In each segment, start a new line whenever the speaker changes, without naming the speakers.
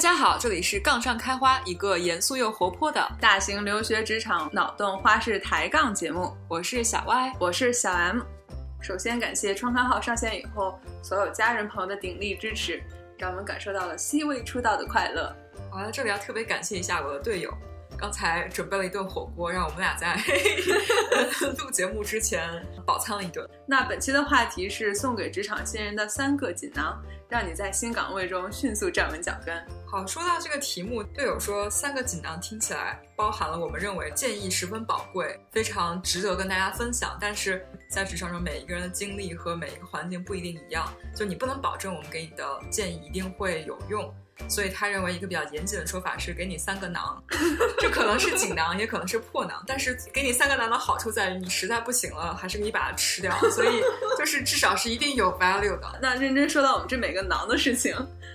家好，这里是杠上开花，一个严肃又活泼的，
大型留学职场脑洞花式抬杠节目，
我是小 Y。
我是小 M。首先感谢创刊号上线以后所有家人朋友的鼎力支持，让我们感受到了 C 位出道的快乐。
我在这里要特别感谢一下我的队友，刚才准备了一顿火锅，让我们俩在 录节目之前饱餐了一顿。
那本期的话题是送给职场新人的三个锦囊，让你在新岗位中迅速站稳脚跟。
好，说到这个题目，队友说三个锦囊听起来包含了我们认为建议十分宝贵，非常值得跟大家分享。但是在职场中，每一个人的经历和每一个环境不一定一样，就你不能保证我们给你的建议一定会有用。所以他认为一个比较严谨的说法是给你三个囊， 这可能是锦囊，也可能是破囊。但是给你三个囊的好处在于，你实在不行了，还是可以把它吃掉。所以就是至少是一定有 value 的。
那认真说到我们这每个囊的事情，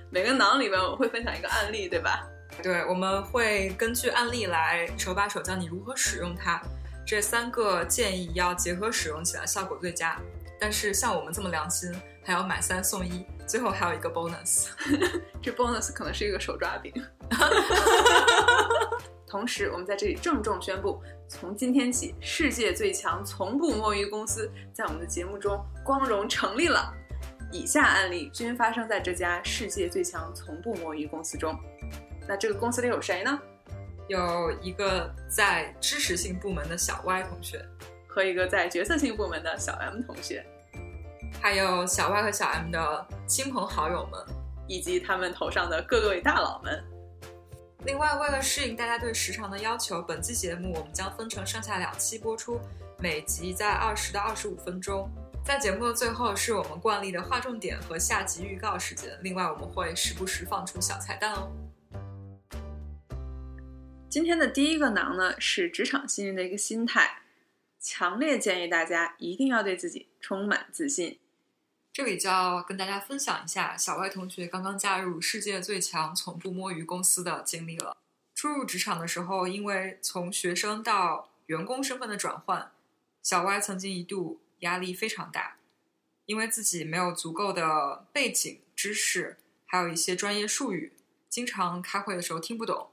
每个囊里面我会分享一个案例，对吧？
对，我们会根据案例来手把手教你如何使用它。这三个建议要结合使用起来，效果最佳。但是像我们这么良心，还要买三送一，最后还有一个 bonus。
这 bonus 可能是一个手抓饼。同时，我们在这里郑重宣布，从今天起，世界最强从不摸鱼公司在我们的节目中光荣成立了。以下案例均发生在这家世界最强从不摸鱼公司中。那这个公司里有谁呢？
有一个在支持性部门的小 Y 同学，
和一个在决策性部门的小 M 同学，
还有小 Y 和小 M 的亲朋好友们。
以及他们头上的各位大佬们。
另外，为了适应大家对时长的要求，本期节目我们将分成上下两期播出，每集在二十到二十五分钟。在节目的最后，是我们惯例的划重点和下集预告时间。另外，我们会时不时放出小彩蛋哦。
今天的第一个囊呢，是职场新人的一个心态，强烈建议大家一定要对自己充满自信。
这里就要跟大家分享一下小外同学刚刚加入世界最强从不摸鱼公司的经历了。初入职场的时候，因为从学生到员工身份的转换，小歪曾经一度压力非常大，因为自己没有足够的背景知识，还有一些专业术语，经常开会的时候听不懂。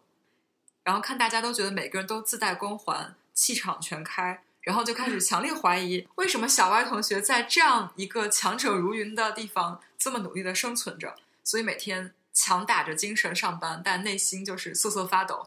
然后看大家都觉得每个人都自带光环，气场全开，然后就开始强烈怀疑，为什么小歪同学在这样一个强者如云的地方这么努力的生存着？所以每天强打着精神上班，但内心就是瑟瑟发抖。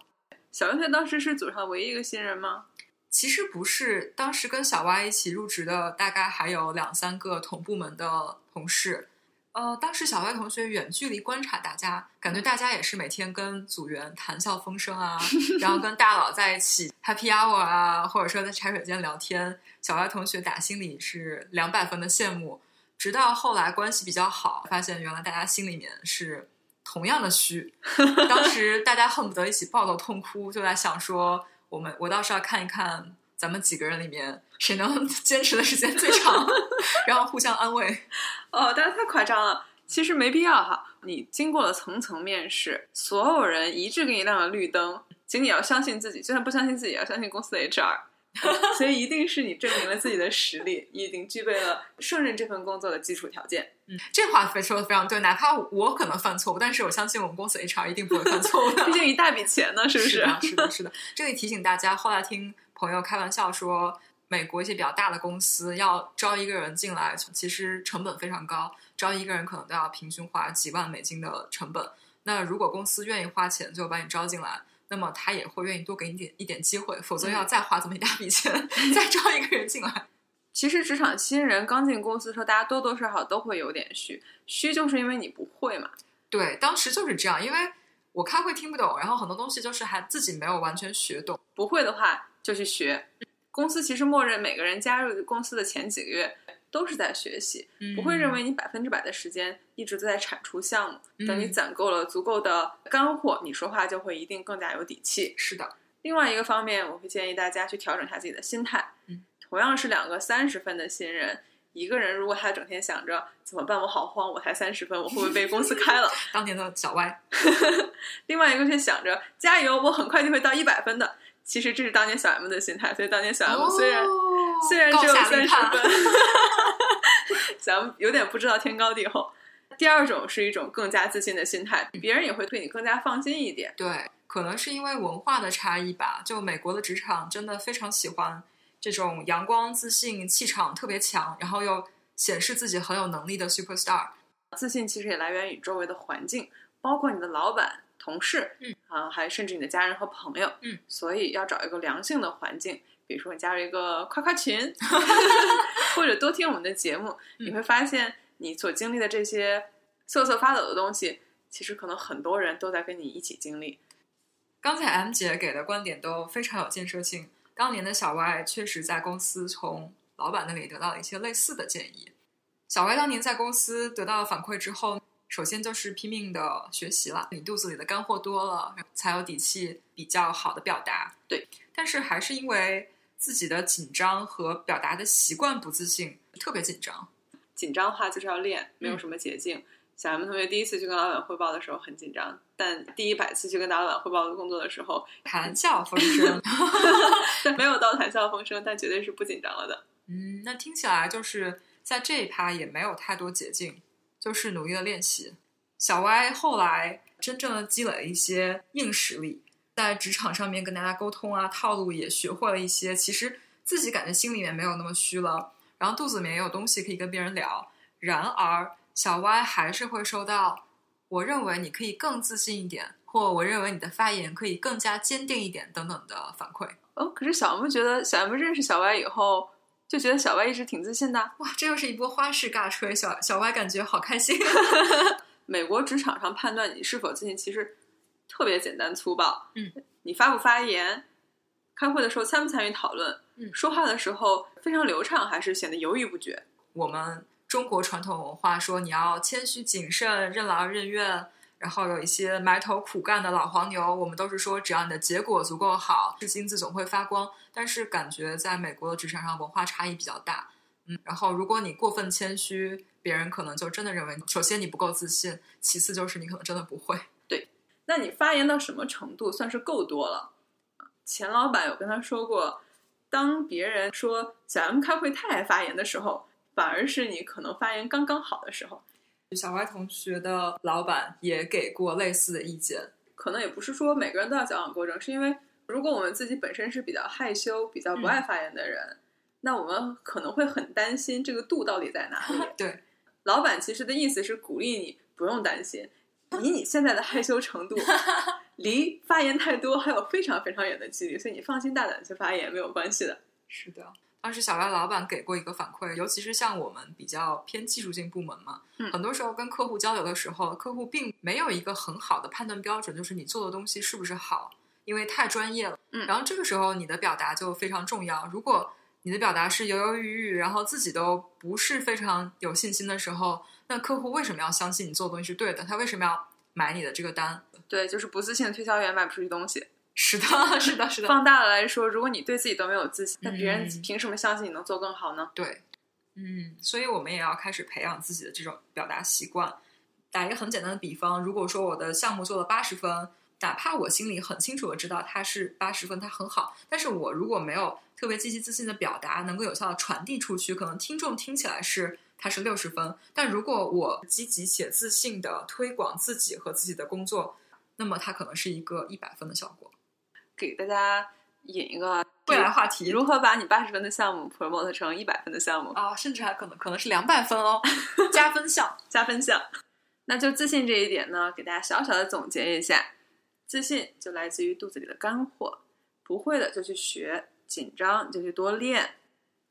小文学当时是组上唯一一个新人吗？
其实不是，当时跟小歪一起入职的大概还有两三个同部门的同事。呃，当时小歪同学远距离观察大家，感觉大家也是每天跟组员谈笑风生啊，然后跟大佬在一起 happy hour 啊，或者说在茶水间聊天。小歪同学打心里是两百分的羡慕，直到后来关系比较好，发现原来大家心里面是同样的虚。当时大家恨不得一起抱头痛哭，就在想说，我们我倒是要看一看咱们几个人里面谁能 坚持的时间最长，然后互相安慰。
哦，但是太夸张了。其实没必要哈，你经过了层层面试，所有人一致给你亮了绿灯，请你要相信自己，就算不相信自己，也要相信公司的 HR。所以一定是你证明了自己的实力，你已经具备了胜任这份工作的基础条 件。
嗯，这话非说的非常对，哪怕我可能犯错误，但是我相信我们公司 HR 一定不会犯错误的。
毕竟一大笔钱呢，是不
是的，是的，是的。这里提醒大家，后来听朋友开玩笑说，美国一些比较大的公司要招一个人进来，其实成本非常高，招一个人可能都要平均花几万美金的成本。那如果公司愿意花钱，就把你招进来。那么他也会愿意多给你点一点机会，否则要再花这么一大笔钱、再招一个人进来。
其实职场新人刚进公司的时候，大家多多少少都会有点虚，虚就是因为你不会嘛。
对，当时就是这样，因为我开会听不懂，然后很多东西就是还自己没有完全学懂。
不会的话就去学。公司其实默认每个人加入公司的前几个月都是在学习，不会
嗯
认为你百分之百的时间一直都在产出项目。等你
嗯
攒够了足够的干货，你说话就会一定更加有底气。
是的，
另外一个方面，我会建议大家去调整一下自己的心态。
嗯，
同样是两个三十分的新人，一个人如果他整天想着怎么办，我好慌，我才三十分，我会不会被公司开了？
当年的小歪，
另外一个却想着加油，我很快就会到一百分的。其实这是当年小 M 的心态，所以当年小 M 虽 然、虽然只有
哦高下
三
立
十
判
分，咱们有点不知道天高地厚。第二种是一种更加自信的心态，别人也会对你更加放心一点。
对，可能是因为文化的差异吧。就美国的职场真的非常喜欢这种阳光、自信、气场特别强，然后又显示自己很有能力的 superstar。
自信其实也来源于周围的环境，包括你的老板、同事，
嗯
啊，还甚至你的家人和朋友，
嗯，
所以要找一个良性的环境，比如说你加入一个夸夸 群，或者多听我们的节目，
嗯
你会发现你所经历的这些瑟瑟发抖的东西，其实可能很多人都在跟你一起经历。
刚才 M 姐给的观点都非常有建设性。当年的小歪确实在公司从老板那里得到了一些类似的建议。小歪当年在公司得到反馈之后，首先就是拼命的学习了，你肚子里的干货多了，才有底气比较好的表达。
对，
但是还是因为自己的紧张和表达的习惯不自信，特别紧张。
紧张的话就是要练，没有
嗯
什么捷径。小 M 同学第一次去跟老板汇报的时候很紧张，但第一百次去跟老板汇报工作的时候，
谈笑风生，
但没有到谈笑风生，但绝对是不紧张了的。
嗯，那听起来就是在这一趴也没有太多捷径，就是努力的练习。小歪后来真正的积累了一些硬实力，在职场上面跟大家沟通啊，套路也学会了一些。其实自己感觉心里面没有那么虚了，然后肚子里面也有东西可以跟别人聊。然而，小歪还是会收到“我认为你可以更自信一点”或“我认为你的发言可以更加坚定一点”等等的反馈。
哦，可是小 M 觉得小 M 认识小歪以后，就觉得小歪一直挺自信的。
哇，这又是一波花式尬吹，小小歪感觉好开心。
美国职场上判断你是否自信，其实特别简单粗暴。
嗯，
你发不发言，开会的时候参不参与讨论，
嗯
说话的时候非常流畅，还是显得犹豫不决。
我们中国传统文化说你要谦虚谨慎、任劳任怨，然后有一些埋头苦干的老黄牛，我们都是说只要你的结果足够好，是金子总会发光。但是感觉在美国的职场上文化差异比较大，嗯，然后如果你过分谦虚，别人可能就真的认为，首先你不够自信，其次就是你可能真的不会。
那你发言到什么程度算是够多了？钱老板有跟他说过，当别人说小 M 开会太爱发言的时候，反而是你可能发言刚刚好的时候。
小歪同学的老板也给过类似的意见，
可能也不是说每个人都要矫枉过正，是因为如果我们自己本身是比较害羞、比较不爱发言的人，那我们可能会很担心这个度到底在哪 里。
对。
老板其实的意思是鼓励你不用担心，以你现在的害羞 程度，离发言太多还有非常非常远的距离，所以你放心大胆去发言没有关系的。
是的，当时小白老板给过一个反馈，尤其是像我们比较偏技术性部门嘛，
嗯
很多时候跟客户交流的时候，客户并没有一个很好的判断标准，就是你做的东西是不是好，因为太专业了。
嗯
然后这个时候你的表达就非常重要。如果你的表达是犹犹豫豫，然后自己都不是非常有信心的时候，那客户为什么要相信你做的东西是对的？他为什么要买你的这个单？
对，就是不自信的推销员卖不出去东西。
是的，是的，是的，
放大了来说，如果你对自己都没有自信，那别人
嗯
凭什么相信你能做更好呢？
对，嗯，所以我们也要开始培养自己的这种表达习惯。打一个很简单的比方，如果说我的项目做了八十分，哪怕我心里很清楚的知道它是八十分，它很好，但是我如果没有特别积极自信的表达，能够有效的传递出去，可能听众听起来是它是六十分，但如果我积极且自信的推广自己和自己的工作，那么它可能是一个一百分的效果。
给大家引一个
未来话题
如何把你八十分的项目 promote 成一百分的项目，
啊，甚至还可能可能是两百分哦， 加分项。
加分项。那就自信这一点呢，给大家小小的总结一下：自信就来自于肚子里的干货，不会的就去学，紧张就去多练。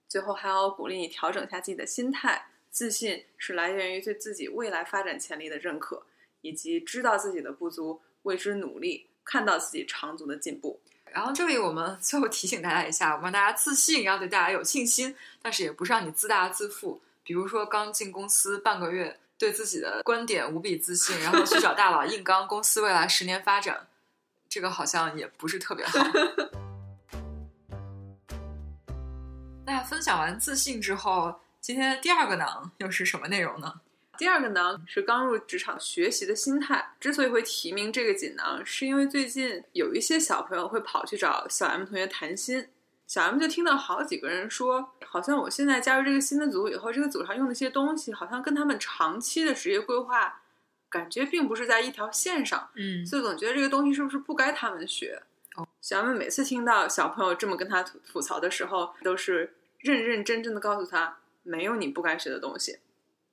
最后还要鼓励你调整一下自己的心态，自信是来源于对自己未来发展潜力的认可，以及知道自己的不足，为之努力，看到自己长足的进步。
然后这里我们 最后提醒大家一下，我们让大家自信，要对大家有信心，但是也不是让你自大自负。比如说刚进公司半个月，对自己的观点无比自信，然后去找大佬硬刚公司未来十年发展，这个好像也不是特别好。 那分享完自信之后，今天的第二个囊又是什么内容呢？
第二个呢是刚入职场学习的心态。之所以会提名这个锦囊，是因为最近有一些小朋友会跑去找小 M 同学谈心。小 M 就听到好几个人说，好像我现在加入这个新的组以后，这个组上用的一些东西，好像跟他们长期的职业规划感觉并不是在一条线上，
嗯，
所以总觉得这个东西是不是不该他们学？
哦
小 M 每次听到小朋友这么跟他吐吐槽的时候，都是认认真真的告诉他，没有你不该学的东西。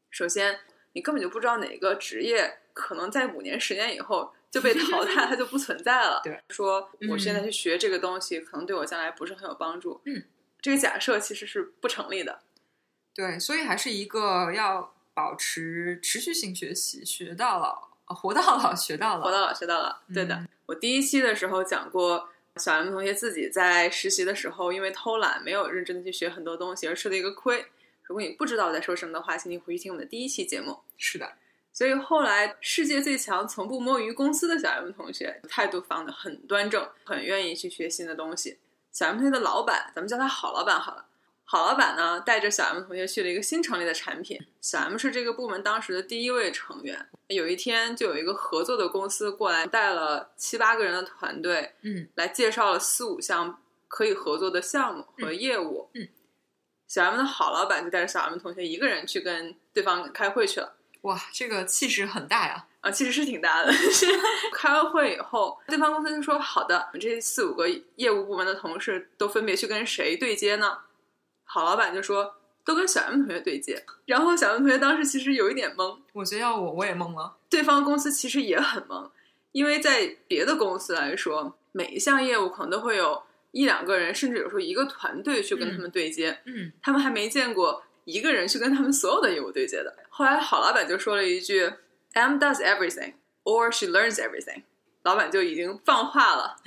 首先，你根本就不知道哪个职业可能在五年、十年以后就被淘汰，它就不存在了。
对，
说我现在
嗯
去学这个东西，可能对我将来不是很有帮助。
嗯，
这个假设其实是不成立的。
对，所以还是一个要保持持续性学习，学到老，呃活到老，学到
活
老。
到老学到老，对的。
嗯
我第一期的时候讲过，小 M 同学自己在实习的时候，因为偷懒没有认真的去学很多东西，而吃了一个亏。如果你不知道我在说什么的话，请你回去听我们的第一期节目。
是的，
所以后来，世界最强从不摸鱼公司的小 M 同学态度放得很端正，很愿意去学新的东西。小 M 同学的老板，咱们叫他好老板好了。好老板呢，带着小 M 同学去了一个新成立的产品。小 M 是这个部门当时的第一位成员。有一天，就有一个合作的公司过来，带了七八个人的团队，
嗯，
来介绍了四五项可以合作的项目和业务。
嗯嗯
小 M 的好老板就带着小 M 同学一个人去跟对方开会去了。
哇，这个气势很大呀。
啊，其实是挺大的。 是开完会以后，对方公司就说：“好的，我们这四五个业务部门的同事都分别去跟谁对接呢？”郝老板就说：“都跟小 M 同学对接。”然后小 M 同学当时其实有一点懵，
我觉得要我我也懵了。
对方公司其实也很忙，因为在别的公司来说，每一项业务可能都会有一两个人，甚至有时候一个团队去跟他们对接。
嗯
他们还没见过一个人去跟他们所有的业务对接的。后来郝老板就说了一句：“M does everything, or she learns everything。”老板就已经放话了，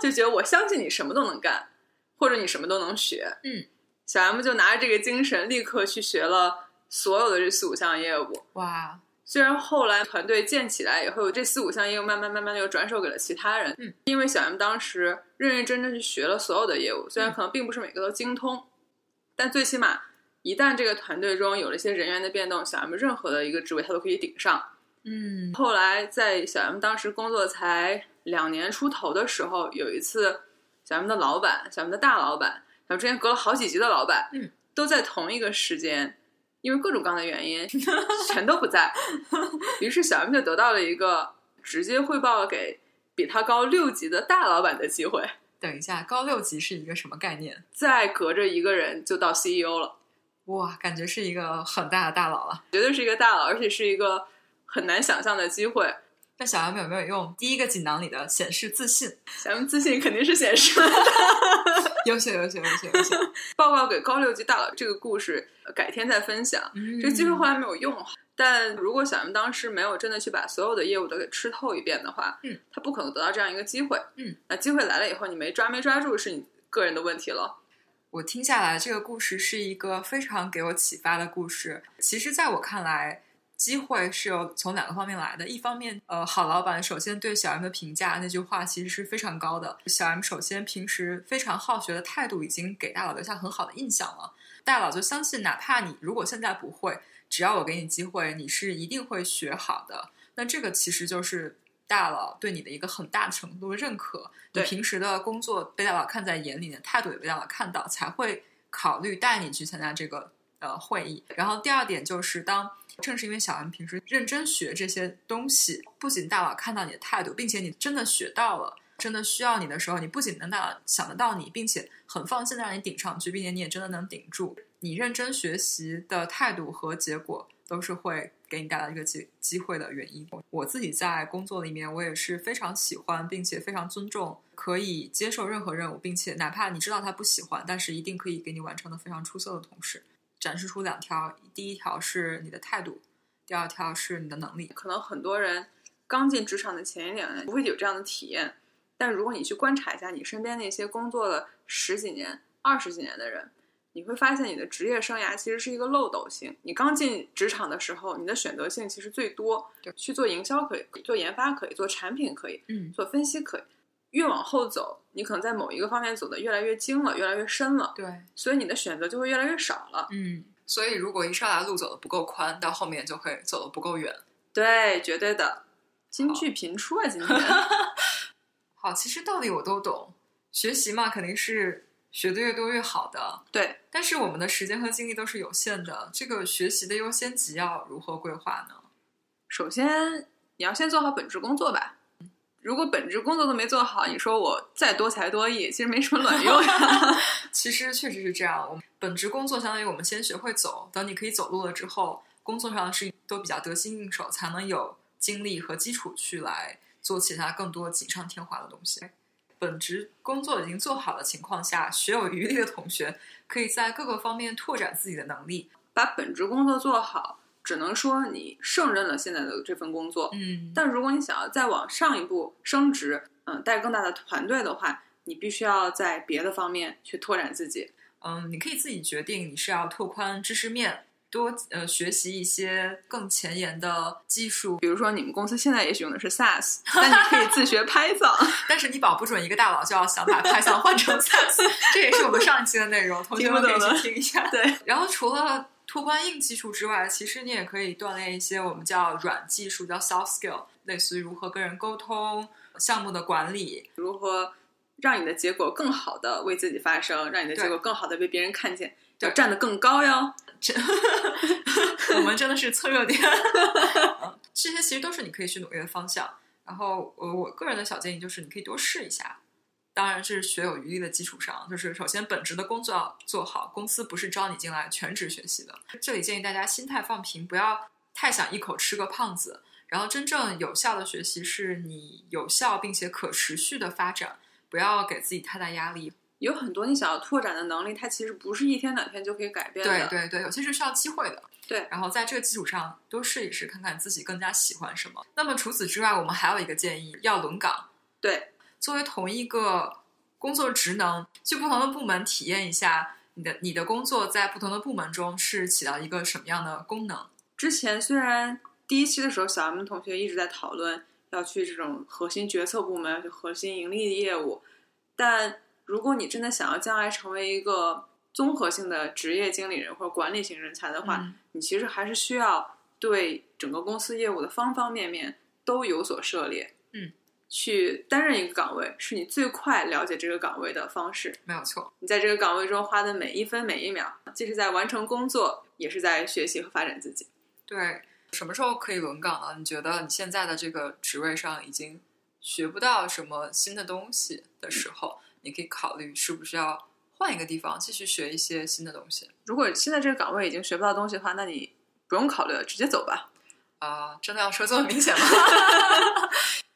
就觉得我相信你什么都能干，或者你什么都能学。
嗯，
小 M 就拿着这个精神，立刻去学了所有的这四五项业务。
哇，
虽然后来团队建起来以后，这四五项业务慢慢慢慢地又转手给了其他人，
嗯，
因为小 M 当时认认真真去学了所有的业务，虽然可能并不是每个都精通，但最起码一旦这个团队中有了一些人员的变动，小 M 任何的一个职位他都可以顶上。
嗯
后来在小 M 当时工作才两年出头的时候，有一次小 M 的老板、小 M 的大老板、小 M 之前隔了好几级的老板，
嗯，
都在同一个时间，因为各种各样的原因，全都不在。于是小 M 就得到了一个直接汇报给比他高六级的大老板的机会，
等一下，高六级是一个什么概念？
再隔着一个人就到 CEO 了，
哇，感觉是一个很大的大佬了。
绝对是一个大佬，而且是一个很难想象的机会。
那小 M 有没有用第一个锦囊里的显示自信？
小 M 自信肯定是显示了。
优秀，优秀，优秀，优秀。
报告给高六级大佬这个故事，呃改天再分享。
嗯
这个技术后来没有用，但如果小 M 当时没有真的去把所有的业务都给吃透一遍的话，
嗯，
他不可能得到这样一个机会。
嗯，
那机会来了以后，你没抓没抓住是你个人的问题了。
我听下来，这个故事是一个非常给我启发的故事。其实，在我看来，机会是有从两个方面来的。一方面，呃，好老板首先对小 M 的评价那句话其实是非常高的。小 M 首先平时非常好学的态度已经给大佬留下很好的印象了。大佬就相信，哪怕你如果现在不会，只要我给你机会，你是一定会学好的。那这个其实就是大佬对你的一个很大程度的认可。你
对
平时的工作被大佬看在眼里，你的态度也被大佬看到，才会考虑带你去参加这个呃会议。然后第二点就是当。正是因为小 M 平时认真学这些东西，不仅大佬看到你的态度，并且你真的学到了，真的需要你的时候，你不仅能大佬想得到你，并且很放心的让你顶上去，并且你也真的能顶住。你认真学习的态度和结果，都是会给你带来一个机机会的原因。我自己在工作里面，我也是非常喜欢，并且非常尊重，可以接受任何任务，并且哪怕你知道他不喜欢，但是一定可以给你完成的非常出色的同事。展示出两条，第一条是你的态度，第二条是你的能力。
可能很多人刚进职场的前一两年不会有这样的体验，但如果你去观察一下你身边那些工作了十几年、二十几年的人，你会发现你的职业生涯其实是一个漏斗型。你刚进职场的时候，你的选择性其实最多
对，
去做营销可以，做研发可以，做产品可以，
嗯，
做分析可以。越往后走，你可能在某一个方面走得越来越精了，越来越深了，
对，
所以你的选择就会越来越少了。
嗯。所以，如果一上来路走的不够宽，到后面就会走的不够远。
对，绝对的。金句频出啊，今天。
好，其实道理我都懂，学习嘛，肯定是学的越多越好的。
对，
但是我们的时间和精力都是有限的，这个学习的优先级要如何规划呢？
首先你要先做好本职工作吧。如果本职工作都没做好，你说我再多才多艺，其实没什么卵用啊呀。
其实确实是这样，我们本职工作相当于我们先学会走，等你可以走路了之后，工作上是都比较得心应手，才能有精力和基础去来做其他更多锦上添花的东西。本职工作已经做好的情况下，学有余力的同学可以在各个方面拓展自己的能力。
把本职工作做好，只能说你胜任了现在的这份工作。
嗯，
但如果你想要再往上一步升职，嗯，带更大的团队的话，你必须要在别的方面去拓展自己。
嗯，你可以自己决定你是要拓宽知识面，多呃学习一些更前沿的技术，
比如说，你们公司现在也许用的是 SaaS，但你可以自学 Python。
但是你保不准一个大佬就要想把 Python 换成 SAS，这也是我们上一期的内容，同学们可以去听一下。
对，
然后除了拓宽硬技术之外，其实你也可以锻炼一些我们叫软技术，叫 soft skill，类似于如何跟人沟通、项目的管理，
如何让你的结果更好的为自己发声，让你的
对
结果更好的被别人看见，
对
要站得更高哟。
我们真的是蹭热点，嗯这些其实都是你可以去努力的方向。然后，呃，我个人的小建议就是，你可以多试一下。当然，这是学有余力的基础上，就是首先本职的工作要做好。公司不是招你进来全职学习的。这里建议大家心态放平，不要太想一口吃个胖子。然后，真正有效的学习是你有效并且可持续的发展，不要给自己太大压力。
有很多你想要拓展的能力，它其实不是一天两天就可以改变的。
对对对，有些是需要机会的。
对
然后在这个基础上多试一试，看看自己更加喜欢什么。那么除此之外，我们还有一个建议，要轮岗。
对
作为同一个工作职能，去不同的部门体验一下你的你的工作在不同的部门中是起到一个什么样的功能。
之前虽然第一期的时候，小 M 同学一直在讨论要去这种核心决策部门、要去核心盈利的业务，但如果你真的想要将来成为一个综合性的职业经理人或者管理型人才的话，
嗯
你其实还是需要对整个公司业务的方方面面都有所涉猎。
嗯，
去担任一个岗位是你最快了解这个岗位的方式。
没有错，
你在这个岗位中花的每一分每一秒，既是在完成工作，也是在学习和发展自己。
对。什么时候可以轮岗啊呢？你觉得你现在的这个职位上已经学不到什么新的东西的时候，你可以考虑是不是要换一个地方继续学一些新的东西。
如果现在这个岗位已经学不到东西的话，那你不用考虑了，直接走吧。
啊、真的要说这么明显吗？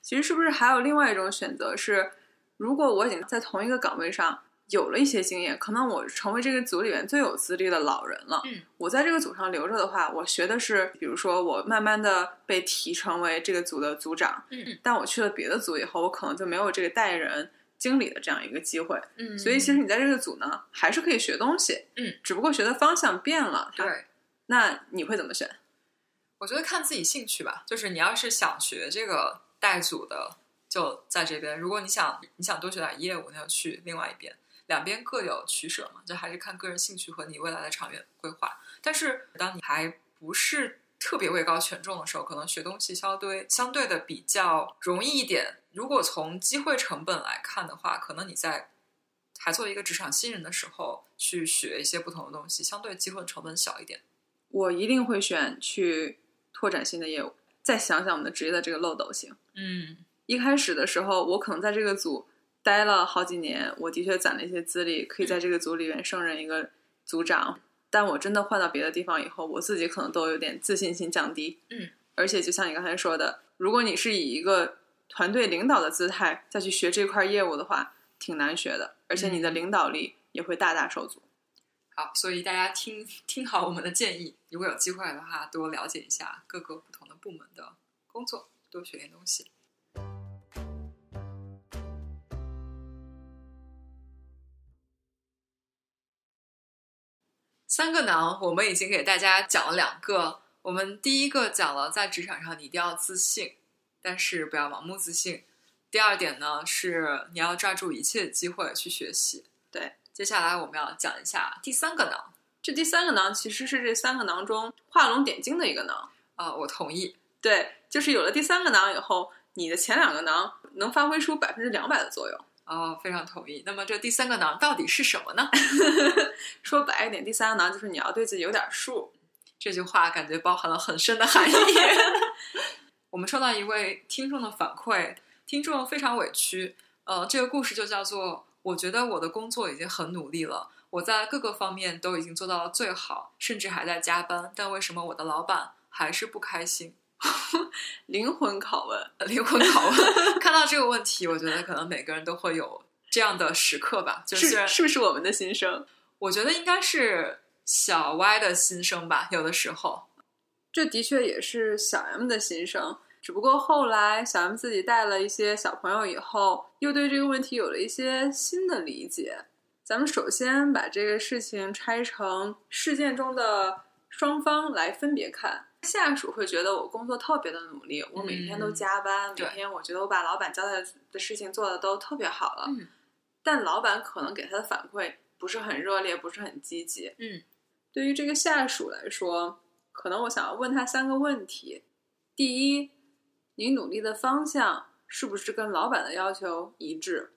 其实是不是还有另外一种选择是，如果我已经在同一个岗位上有了一些经验，可能我成为这个组里面最有资历的老人了。
嗯，
我在这个组上留着的话，我学的是，比如说我慢慢的被提成为这个组的组长，
嗯
但我去了别的组以后，我可能就没有这个带人经理的这样一个机会。
嗯
所以其实你在这个组呢，还是可以学东西，
嗯，
只不过学的方向变了。，
对，
那你会怎么选？
我觉得看自己兴趣吧。就是你要是想学这个带组的，就在这边；如果你想你想多学点业务，那就去另外一边。两边各有取舍嘛，这还是看个人兴趣和你未来的长远规划。但是当你还不是特别位高权重的时候，可能学东西相对相对的比较容易一点。如果从机会成本来看的话，可能你在还作为一个职场新人的时候去学一些不同的东西，相对机会成本小一点。
我一定会选去拓展新的业务。再想想我们的职业的这个漏斗型，
嗯，
一开始的时候，我可能在这个组待了好几年，我的确攒了一些资历，可以在这个组里面胜任一个组长。但我真的换到别的地方以后，我自己可能都有点自信心降低。
嗯，
而且就像你刚才说的，如果你是以一个团队领导的姿态再去学这块业务的话，挺难学的，而且你的领导力也会大大受阻。
好，所以大家听听好我们的建议，如果有机会的话，多了解一下各个不同的部门的工作，多学点东西。三个囊，我们已经给大家讲了两个。我们第一个讲了，在职场上你一定要自信，但是不要盲目自信。第二点呢，是你要抓住一切机会去学习。接下来我们要讲一下第三个囊
这第三个囊其实是这三个囊中画龙点睛的一个囊。
啊、我同意，
对，就是有了第三个囊以后，你的前两个囊能发挥出百分之两百的作用。
哦，非常同意。那么这第三个囊到底是什么呢？
说白一点，第三个囊就是你要对自己有点数。
这句话感觉包含了很深的含义。 我们收到一位听众的反馈，听众非常委屈。呃，这个故事就叫做“我觉得我的工作已经很努力了，我在各个方面都已经做到了最好，甚至还在加班，但为什么我的老板还是不开心？”
灵魂拷问，
呃灵魂拷问。 看到这个问题，我觉得可能每个人都会有这样的时刻吧。就是是
是不是我们的心声？
我觉得应该是小歪的心声吧，有的时候。
这的确也是小 M 的心声。只不过后来小 M 自己带了一些小朋友以后，又对这个问题有了一些新的理解。咱们首先把这个事情拆成事件中的双方来分别看。下属会觉得我工作特别的努力，我每天都加班，每
嗯对
天我觉得我把老板交代的事情做的都特别好了。
嗯
但老板可能给他的反馈不是很热烈，不是很积极。
嗯，
对于这个下属来说，可能我想要问他三个问题：第一，你努力的方向是不是跟老板的要求一致？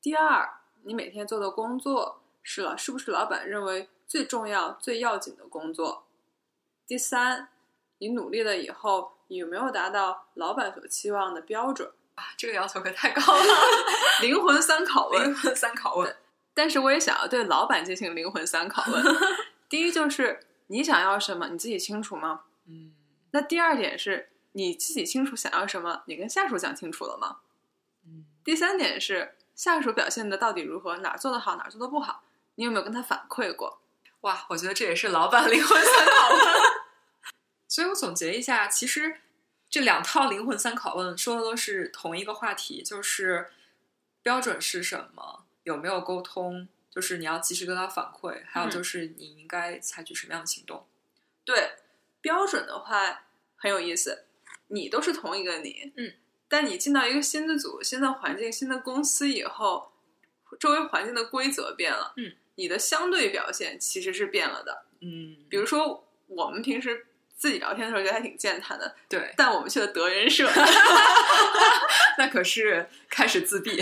第二，你每天做的工作是了是不是老板认为最重要、最要紧的工作？第三，你努力了以后有没有达到老板所期望的标准？
啊这个要求可太高了，
灵魂三拷问，
灵魂三拷问。
但是我也想要对老板进行灵魂三拷 问。第一就是你想要什么，你自己清楚吗？
嗯，
那第二点是你自己清楚想要什么，你跟下属讲清楚了吗？
嗯
第三点是下属表现的到底如何，哪儿做得好，哪儿做得不好，你有没有跟他反馈过？
哇，我觉得这也是老板灵魂三拷问。 所以我总结一下，其实这两套灵魂三拷问说的都是同一个话题，就是标准是什么，有没有沟通，就是你要及时跟他反馈，还有就是你应该采取什么样的行动。
对，标准的话很有意思，你都是同一个你，
嗯，
但你进到一个新的组、新的环境、新的公司以后，周围环境的规则变了，
嗯，
你的相对表现其实是变了的。
嗯，
比如说，我们平时自己聊天的时候觉得还挺健谈的，
对，
但我们去了德云社，
那可是开始自闭。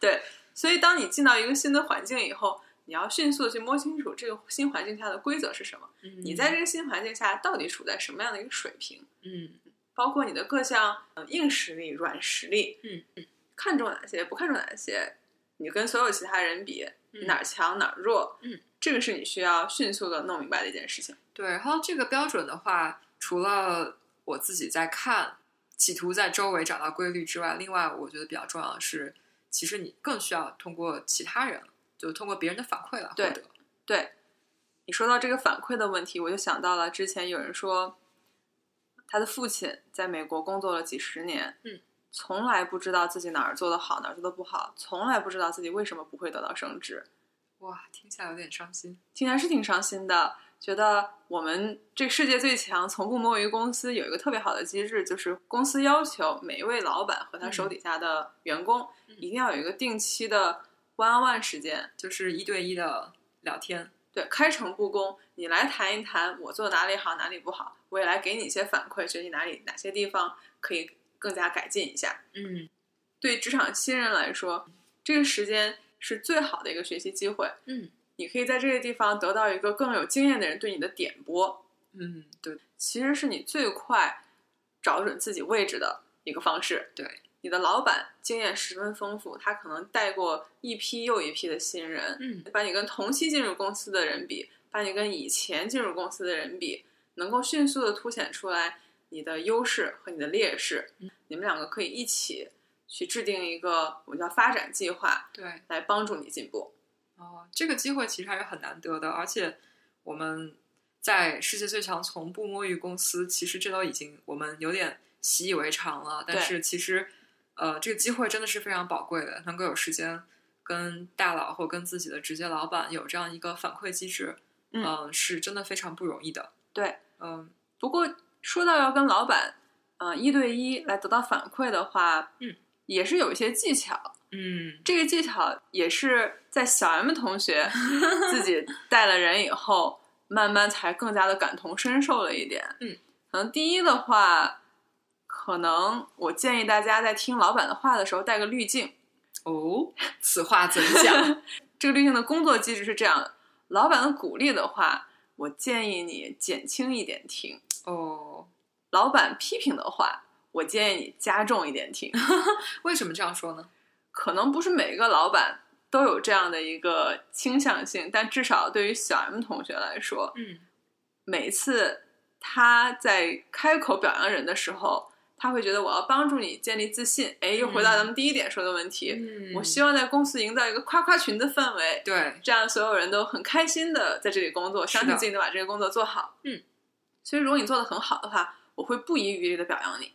对，所以当你进到一个新的环境以后，你要迅速的去摸清楚这个新环境下的规则是什么，你
你
在这个新环境下到底处在什么样的一个水平，
嗯
包括你的各项呃硬实力、软实力，
嗯
嗯，看重哪些，不看重哪些，你跟所有其他人比
嗯
哪儿强哪儿弱，
嗯，
这个是你需要迅速的弄明白的一件事情。
对，然后这个标准的话，除了我自己在看，企图在周围找到规律之外，另外我觉得比较重要的是，其实你更需要通过其他人，就通过别人的反馈来获
对
得。
对，你说到这个反馈的问题，我就想到了之前有人说，他的父亲在美国工作了几十年，
嗯，
从来不知道自己哪儿做的好，哪儿做的不好，从来不知道自己为什么不会得到升职，
哇，听起来有点伤心。
竟然是挺伤心的。觉得我们这世界最强从不摸鱼公司有一个特别好的机制，就是公司要求每一位老板和他手底下的员工、
嗯
一定要有一个定期的 one on one 时间，
就是一对一的聊天，
对，开诚布公，你来谈一谈我做哪里好，哪里不好，我也来给你一些反馈，觉得你哪里哪些地方可以更加改进一下。
嗯
对职场新人来说，这个时间是最好的一个学习机会，
嗯
你可以在这个地方得到一个更有经验的人对你的点拨，
嗯，对
其实是你最快找准自己位置的一个方式。
对，
你的老板经验十分丰富，他可能带过一批又一批的新人，
嗯
把你跟同期进入公司的人比，把你跟以前进入公司的人比，能够迅速的凸显出来你的优势和你的劣势
嗯。
你们两个可以一起去制定一个我们叫发展计划，
对。
来帮助你进步。
哦，这个机会其实还是很难得的，而且我们在世界最强从不摸鱼公司，其实这都已经我们有点习以为常了。但
对
是其实，呃，这个机会真的是非常宝贵的，能够有时间跟大佬或跟自己的直接老板有这样一个反馈机制，
嗯
呃是真的非常不容易的。
对，
嗯
不过说到要跟老板，呃，一对一来得到反馈的话，
嗯，
也是有一些技巧。
嗯
这个技巧也是在小 M 同学自己带了人以后，慢慢才更加的感同身受了一点。
嗯，
可能第一的话，可能我建议大家在听老板的话的时候带个滤镜，哦，
此话怎讲？
这个滤镜的工作机制是这样的：老板的鼓励的话，我建议你减轻一点听；
哦，
老板批评的话，我建议你加重一点听。
为什么这样说呢？
可能不是每个老板都有这样的一个倾向性，但至少对于小 M 同学来说，
嗯，
每次他在开口表扬人的时候，他会觉得我要帮助你建立自信。哎，又回到咱们第一点说的问题，
嗯
我希望在公司营造一个夸夸群的氛围，
对，
这样所有人都很开心的在这里工作，
是的
相信自己能把这个工作做好。
嗯，
所以如果你做的很好的话，我会不遗余力的表扬你，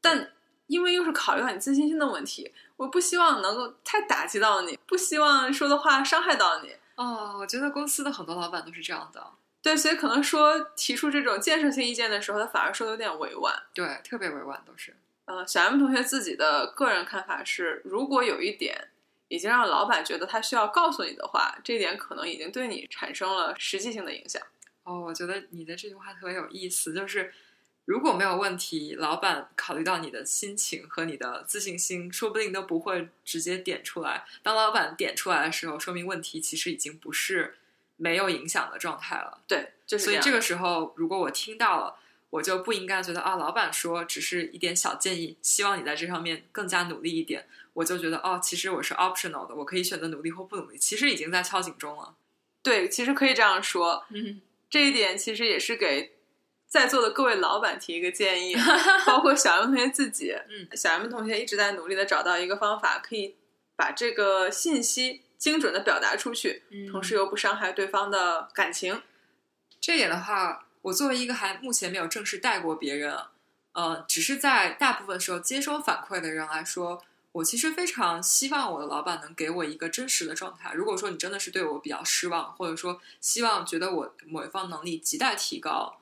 但因为又是考虑到你自信心的问题，我不希望能够太打击到你，不希望说的话伤害到你。
哦，我觉得公司的很多老板都是这样的，
对，所以可能说提出这种建设性意见的时候，他反而说的有点委婉。
对，特别委婉，都是，
呃，小 M 同学自己的个人看法是，如果有一点已经让老板觉得他需要告诉你的话，这一点可能已经对你产生了实际性的影响。
哦，我觉得你的这句话特别有意思，就是如果没有问题，老板考虑到你的心情和你的自信心，说不定都不会直接点出来。当老板点出来的时候，说明问题其实已经不是没有影响的状态了。
对，就是
所以
样
这个时候，如果我听到了，我就不应该觉得啊，老板说只是一点小建议，希望你在这上面更加努力一点。我就觉得哦，其实我是 optional 的，我可以选择努力或不努力，其实已经在敲警钟了。
对，其实可以这样说，
嗯，
这一点其实也是给在座的各位老板提一个建 议，包括小 M 同学自己。
嗯，
小 M 同学一直在努力的找到一个方法，可以把这个信息精准的表达出去，同时又不伤害对方的感情。
这点的话，我作为一个还目前没有正式带过别人，呃，只是在大部分时候接收反馈的人来说，我其实非常希望我的老板能给我一个真实的状态。如果说你真的是对我比较失望，或者说希望觉得我某一方能力亟待提高，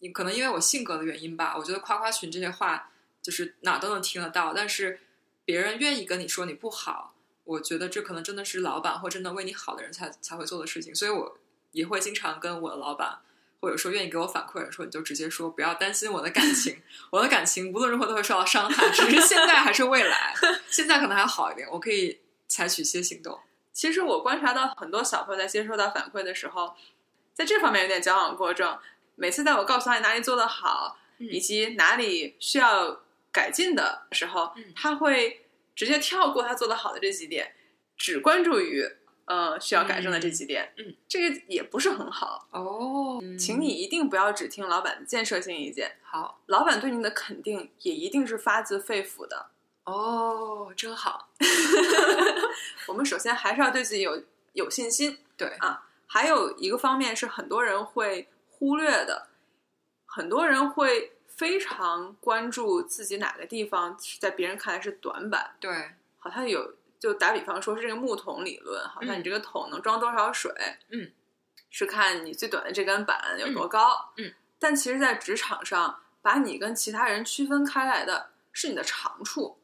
你可能因为我性格的原因吧，我觉得夸夸群这些话就是哪都能听得到，但是别人愿意跟你说你不好，我觉得这可能真的是老板或真的为你好的人才才会做的事情，所以我也会经常跟我的老板，或者说愿意给我反馈的人说，你就直接说，不要担心我的感情，我的感情无论如何都会受到伤害，只是现在还是未来，现在可能还好一点，我可以采取一些行动。
其实我观察到很多小朋友在接收到反馈的时候，在这方面有点矫枉过正。每次在我告诉他你哪里做得好，
嗯
以及哪里需要改进的时候，
嗯
他会直接跳过他做得好的这几点，只关注于呃需要改正的这几点。
嗯嗯，
这个也不是很好。
哦，
请你一定不要只听老板的建设性意见，
好
老板对你的肯定也一定是发自肺腑的。
哦，真好，
我们首先还是要对自己有有信心。
对
啊，还有一个方面是很多人会忽略的，很多人会非常关注自己哪个地方是在别人看来是短板，
对，
好像有就打比方说是这个木桶理论，好像
嗯
你这个桶能装多少水，
嗯，
是看你最短的这根板有多高，
嗯嗯
但其实，在职场上，把你跟其他人区分开来的是你的长处，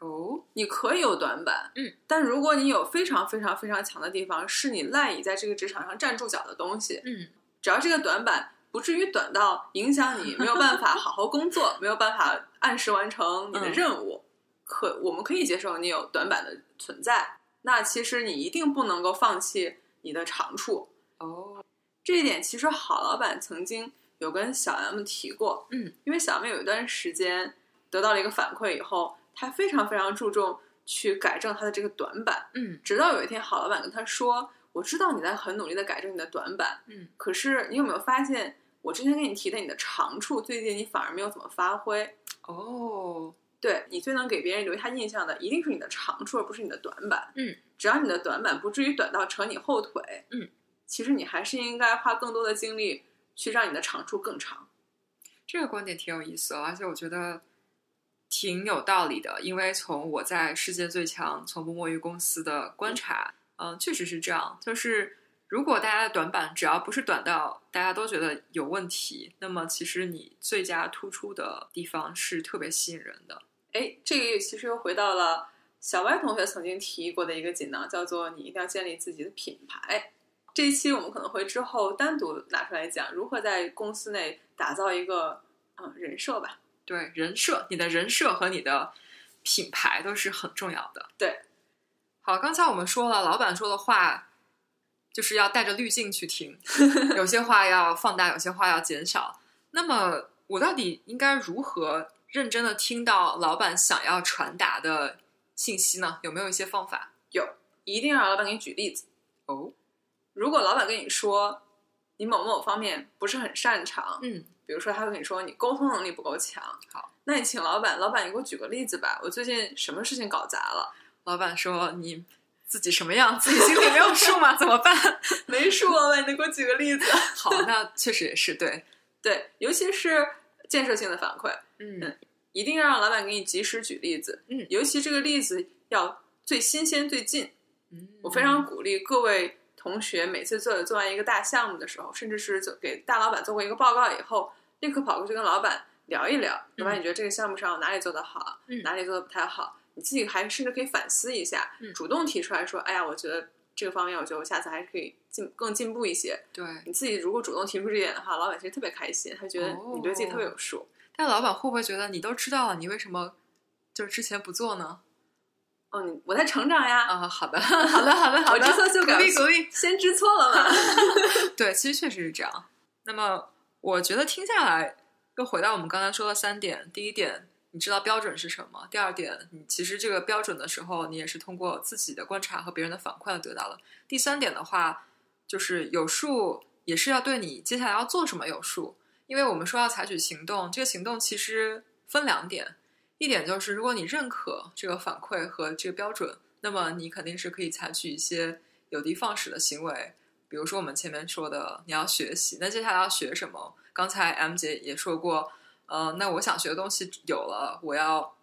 哦，
你可以有短板，
嗯，
但如果你有非常非常非常强的地方，是你赖以在这个职场上站住脚的东西，
嗯，
只要这个短板不至于短到影响你没有办法好好工作，没有办法按时完成你
嗯
的任务，可我们可以接受你有短板的存在。那其实你一定不能够放弃你的长处，
哦，
这一点其实好老板曾经有跟小 M 提过，
嗯，
因为小 M 有一段时间得到了一个反馈以后，他非常非常注重去改正他的这个短板，
嗯
直到有一天好老板跟他说：“我知道你在很努力的改正你的短板，
嗯，
可是你有没有发现，我之前跟你提的你的长处，最近你反而没有怎么发挥？
哦，
对你最能给别人留下印象的，一定是你的长处，而不是你的短板。
嗯，
只要你的短板不至于短到扯你后腿，
嗯，
其实你还是应该花更多的精力去让你的长处更长。
这个观点挺有意思的，而且我觉得挺有道理的，因为从我在世界最强从不摸鱼公司的观察，嗯、确实是这样。就是如果大家的短板只要不是短到大家都觉得有问题，那么其实你最佳突出的地方是特别吸引人的。
哎，这个其实又回到了小歪同学曾经提议过的一个锦囊，叫做你一定要建立自己的品牌。这一期我们可能会之后单独拿出来讲，如何在公司内打造一个嗯人设吧。
对人设，你的人设和你的品牌都是很重要的。
对，
好，刚才我们说了，老板说的话就是要带着滤镜去听， 有些话要放大，有些话要减少。那么，我到底应该如何认真的听到老板想要传达的信息呢？有没有一些方法？
一定要让老板给你举例子。
哦，
如果老板跟你说你某某方面不是很擅长，
嗯，
比如说他会跟你说你沟通能力不够强，
好，
那你请老板，老板你给我举个例子吧，我最近什么事情搞砸了？
老板说你自己什么样，自己心里没有数吗？怎 么 办？
没数，老板你给我举个例子。
好，那确实也是对，
对，尤其是建设性的反馈，
嗯
一定要让老板给你及时举例子，
嗯
尤其这个例子要最新鲜、最近。
嗯，
我非常鼓励各位同学，每次做做完一个大项目的时候，甚至是做给大老板做过一个报告以后，立刻跑过去跟老板聊一聊，老板你觉得这个项目上哪里做得好，
嗯
哪里做的不太好，你自己还甚至可以反思一下，
嗯
主动提出来说，哎呀，我觉得这个方面，我觉得我下次还是可以进更进步一些。
对。
你自己如果主动提出这点的话，老板其实特别开心，他觉得
哦
你对自己特别有数。
但老板会不会觉得你都知道了，你为什么就是之前不做呢？
哦，你我在成长呀，
啊，好的， 好的，好的，好
我
的，
这次就
鼓
敢
励鼓励。
先知错了嘛。
对，其实确实是这样。那么，我觉得听下来，又回到我们刚才说的三点：第一点，你知道标准是什么；第二点，你其实这个标准的时候，你也是通过自己的观察和别人的反馈得到了；第三点的话，就是有数，也是要对你接下来要做什么有数。因为我们说要采取行动，这个行动其实分两点，一点就是如果你认可这个反馈和这个标准，那么你肯定是可以采取一些有的放矢的行为，比如说我们前面说的，你要学习，那接下来要学什么？刚才 M 姐也说过，呃，那我想学的东西有了，我要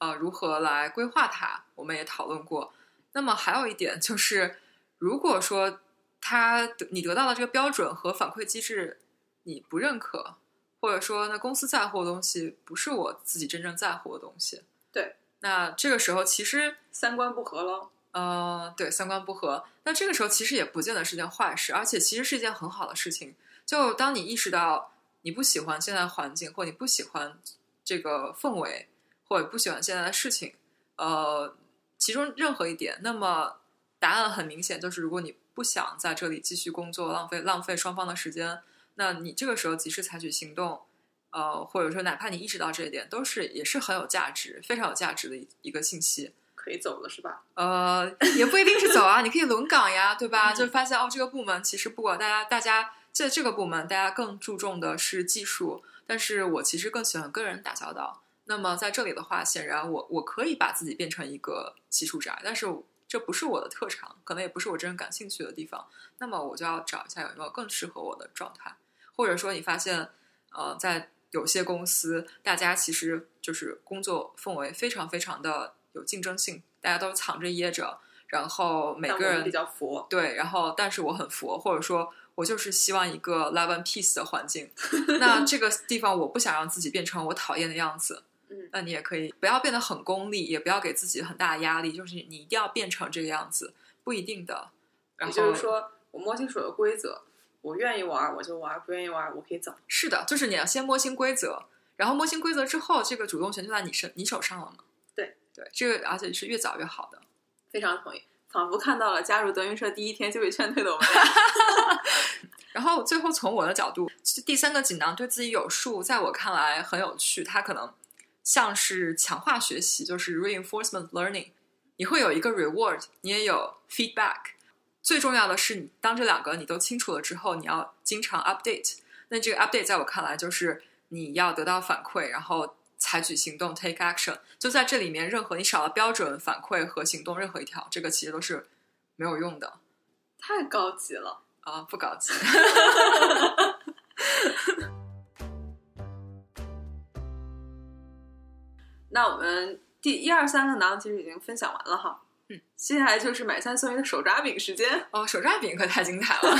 呃如何来规划它？我们也讨论过。那么还有一点就是，如果说他你得到的这个标准和反馈机制你不认可，或者说那公司在乎的东西不是我自己真正在乎的东西，
对，
那这个时候其实
三观不合喽。
呃，对，三观不合。那这个时候其实也不见得是件坏事，而且其实是一件很好的事情。就当你意识到你不喜欢现在的环境，或你不喜欢这个氛围，或者不喜欢现在的事情，呃，其中任何一点，那么答案很明显，就是如果你不想在这里继续工作，浪费浪费双方的时间，那你这个时候及时采取行动，呃，或者说哪怕你意识到这一点，都是也是很有价值、非常有价值的一一个信息。
可以走了是吧？
呃，也不一定是走啊，你可以轮岗呀，对吧？
嗯
就发现哦，这个部门其实不管大家，大家在这个部门，大家更注重的是技术，但是我其实更喜欢跟人打交道。那么在这里的话，显然我我可以把自己变成一个技术宅，但是这不是我的特长，可能也不是我真正感兴趣的地方。那么我就要找一下有没有更适合我的状态，或者说你发现，呃，在有些公司，大家其实就是工作氛围非常非常的有竞争性，大家都藏着掖着，然后每
但
个
我们
人
比较佛，
对，然后但是我很佛，或者说我就是希望一个 love and peace 的环境。那这个地方我不想让自己变成我讨厌的样子。
嗯
那你也可以不要变得很功利，也不要给自己很大的压力，就是你一定要变成这个样子，不一定的。然
也
后
就是说我摸清楚了规则，我愿意玩我就玩，不愿意玩我可以走。
是的，就是你要先摸清规则，然后摸清规则之后，这个主动权就在你身你手上了嘛。
对
对，这个而且是越早越好的。
非常同意，仿佛看到了加入德云社第一天就被劝退的我们俩。
然后最后从我的角度，其实第三个锦囊对自己有数，在我看来很有趣，它可能像是强化学习，就是 reinforcement learning，你会有一个 reward，你也有 feedback。最重要的是，你当这两个你都清楚了之后，你要经常 update。那这个 update 在我看来就是你要得到反馈，然后采取行动 take action。就在这里面，任何你少了标准反馈和行动任何一条，这个其实都是没有用的。
太高级了。
啊，不搞基。
那我们第一二三个囊其实已经分享完了哈，
嗯，
接下来就是买三送一的手抓饼时间。
哦，手抓饼可太精彩了。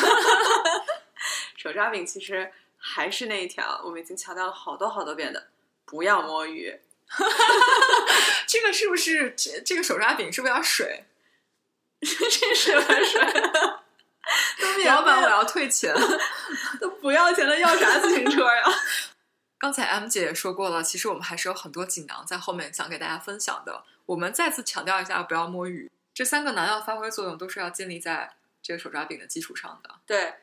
手抓饼其实还是那一条，我们已经强调了好多好多遍的，不要摸鱼。
这个是不是这这个手抓饼是不是要水？
这是玩 水，都免
老板，
费
我
了
要退钱。
都不要钱了，要啥自行车呀？
刚才 M 姐也说过了，其实我们还是有很多锦囊在后面想给大家分享的。我们再次强调一下，不要摸鱼。这三个囊要发挥作用，都是要建立在这个手抓饼的基础上的。
对，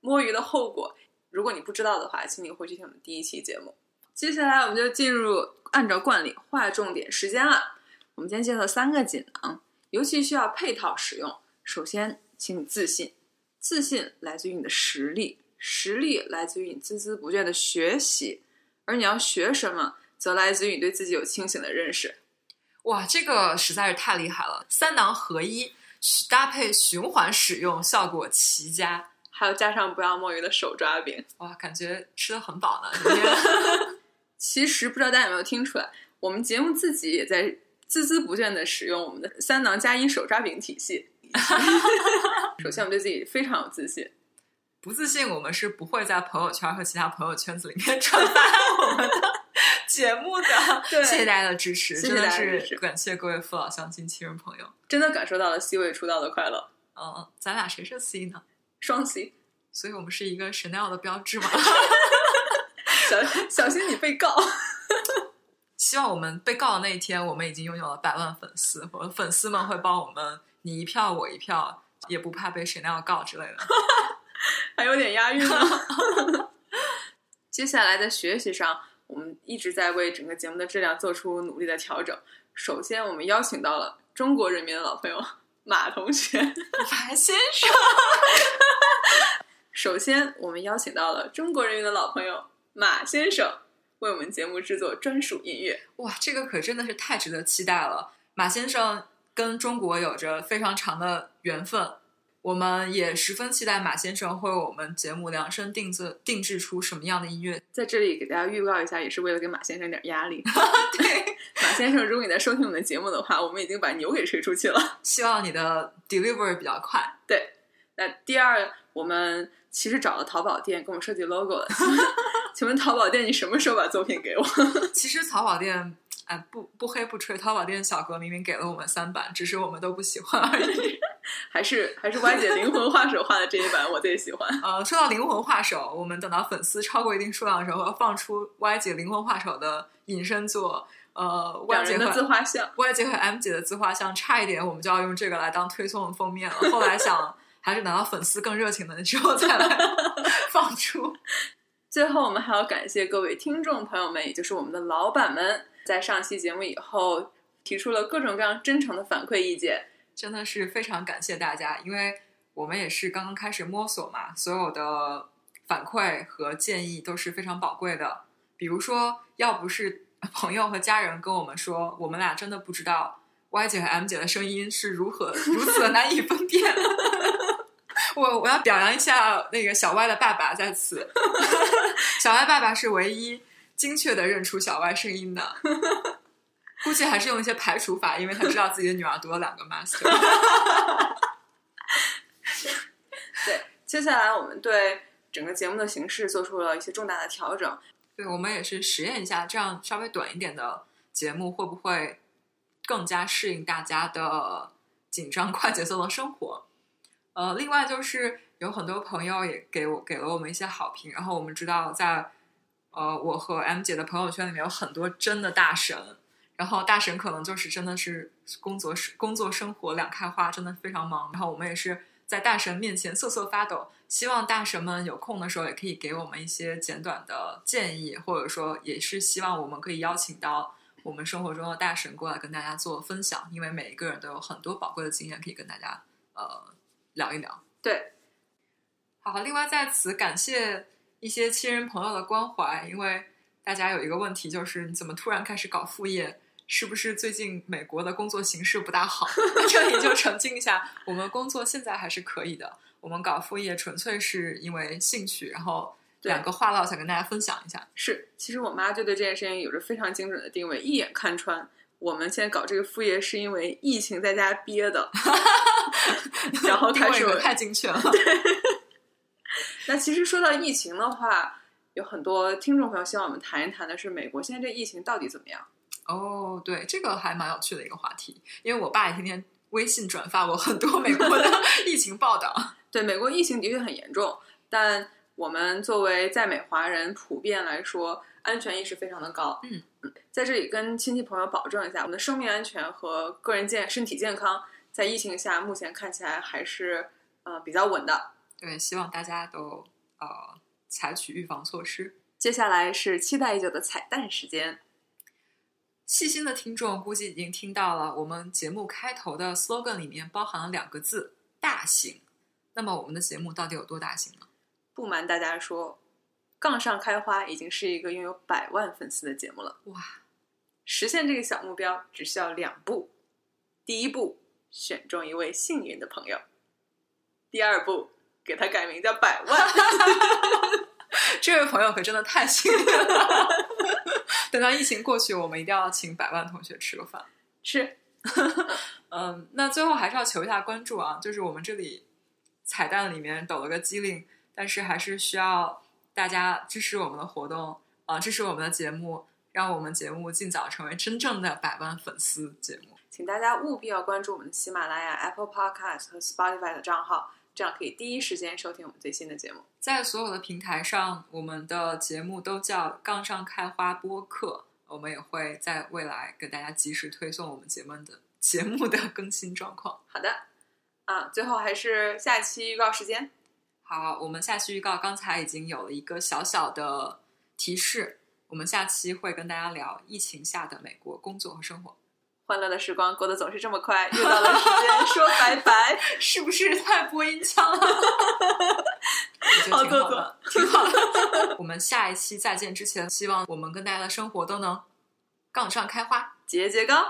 摸鱼的后果，如果你不知道的话，请你回去听我们第一期节目。接下来我们就进入按照惯例划重点时间了。我们今天介绍三个锦囊，尤其需要配套使用。首先，请你自信，自信来自于你的实力，实力来自于你孜孜不倦的学习，而你要学什么，则来自于你对自己有清醒的认识。
哇，这个实在是太厉害了，三囊合一，搭配循环使用，效果奇佳。
还有加上不要摸鱼的手抓饼。
哇，感觉吃的很饱呢。今天
其实不知道大家有没有听出来，我们节目自己也在孜孜不倦的使用我们的三囊加一手抓饼体系。首先，我们对自己非常有自信。
不自信，我们是不会在朋友圈和其他朋友圈子里面转发我们的 节目的。
对
谢谢大家的支持，
谢谢
真
大家的
的
支
是
持
感谢各位父老乡亲、亲人朋友。
真的感受到了 C 位出道的快乐，
嗯，咱俩谁是 C 呢？
双 C。
所以我们是一个 Chanel 的标志嘛。
小小心你被告。
希望我们被告的那一天，我们已经拥有了百万粉丝，我的粉丝们会帮我们你一票我一票，也不怕被 Chanel 告之类 的。
还有点押韵呢。接下来在学习上，我们一直在为整个节目的质量做出努力的调整。首先，我们邀请到了中国人民的老朋友马同学。
白先生，
首先，我们邀请到了中国人民的老朋友马先生，为我们节目制作专属音乐。
哇，这个可真的是太值得期待了。马先生跟中国有着非常长的缘分，我们也十分期待马先生会为我们节目量身定制定制出什么样的音乐。
在这里给大家预告一下，也是为了给马先生点压 力。对，马先生，如果你在收听我们的节目的话，我们已经把牛给吹出去 了。
希望你的 delivery 比较快。
对，那第二，我们其实找了淘宝店给我们设计 logo 的。 请问淘宝店，你什么时候把作品给我？
其实淘宝店，哎，不不黑不吹，淘宝店小哥明明给了我们三版，只是我们都不喜欢而已。
还是还是歪姐灵魂画手画的这一版我最喜欢。
呃，说到灵魂画手，我们等到粉丝超过一定数量的时候，要放出 Y 姐灵魂画手的隐身作。呃
两
，Y 姐
人的自
和
画像，
Y 姐和 M 姐的自画像，差一点我们就要用这个来当推送封面了。后来想，还是等到粉丝更热情的时候再来放出。
最后我们还要感谢各位听众朋友们，也就是我们的老板们，在上期节目以后提出了各种各样真诚的反馈意见。
真的是非常感谢大家，因为我们也是刚刚开始摸索嘛，所有的反馈和建议都是非常宝贵的。比如说，要不是 朋友和家人跟我们说，我们俩真的不知道 Y 姐和 M 姐的声音是如何如此的难以分辨。 我我要表扬一下那个小歪的爸爸，在此， 小歪爸爸是唯一精确的认出小歪声音的。估计还是用一些排除法，因为他知道自己的女儿读了两个 master。
对，接下来我们对整个节目的形式做出了一些重大的调整。
对，我们也是实验一下，这样稍微短一点的节目会不会更加适应大家的紧张快节奏的生活？呃，另外就是有很多朋友也给我给了我们一些好评，然后我们知道在呃我和 M 姐的朋友圈里面有很多真的大神，然后大神可能就是真的是工作工作生活两开花，真的非常忙。然后我们也是在大神面前瑟瑟发抖，希望大神们有空的时候也可以给我们一些简短的建议，或者说也是希望我们可以邀请到我们生活中的大神过来跟大家做分享，因为每一个人都有很多宝贵的经验可以跟大家呃聊一聊。
对，
好，另外在此感谢一些亲人朋友的关怀，因为大家有一个问题就是，你怎么突然开始搞副业？是不是最近美国的工作形势不 大好？这里就澄清一下，我们工作现在还是可以的，我们搞副业纯粹是因为兴趣，然后
对
两个话唠想跟大家分享一下。
是，其实我妈就对这件事情有着非常精准的定位，一眼看穿。我们现在搞这个副业是因为疫情在家憋 的， 然后
定
开
位
始。
可太精确 了，
那其实说到疫情的话，有很多听众朋友希望我们谈一谈的是美国现在这疫情到底怎么样？
哦，对，这个还蛮有趣的一个话题，因为我爸也天天微信转发我很多美国的 疫情报道。
对，美国疫情的确很严重，但我们作为在美华人，普遍来说，安全意识非常的高。
嗯
在这里跟亲戚朋友保证一下，我们的生命安全和个人健身体健康，在疫情下目前看起来还是呃比较稳的。
对，希望大家都呃采取预防措施。
接下来是期待已久的彩蛋时间，
细心的听众估计已经听到了，我们节目开头的 slogan 里面包含了两个字“大型”。那么我们的节目到底有多大型呢？
不瞒大家说，杠上开花已经是一个拥有百万粉丝的节目了。
哇，
实现这个小目标只需要两步：第一步，选中一位幸运的朋友；第二步，给他改名叫百万。
这位朋友可真的太幸运了！ 等到疫情过去，我们一定要请百万同学吃个饭。
是
嗯，那最后还是要求一下关注啊，就是我们这里彩蛋里面抖了个机灵，但是还是需要大家支持我们的活动啊，支持我们的节目，让我们节目尽早成为真正的百万粉丝节目。
请大家务必要关注我们的喜马拉雅、Apple Podcast 和 Spotify 的账号，这样可以第一时间收听我们最新的节目。
在所有的平台上，我们的节目都叫“杠上开花播客”，我们也会在未来给大家及时推送我们节目的节目的更新状况。
好的，啊，最后还是下期预告时间，
好，我们下期预告刚才已经有了一个小小的提示，我们下期会跟大家聊疫情下的美国工作和生活，
欢乐的时光过得总是这么快，又到了时间说拜拜。
是不是太播音腔了？我觉得挺好的，挺好的。我们下一期再见之前，希望我们跟大家的生活都能杠上开花。
节节高，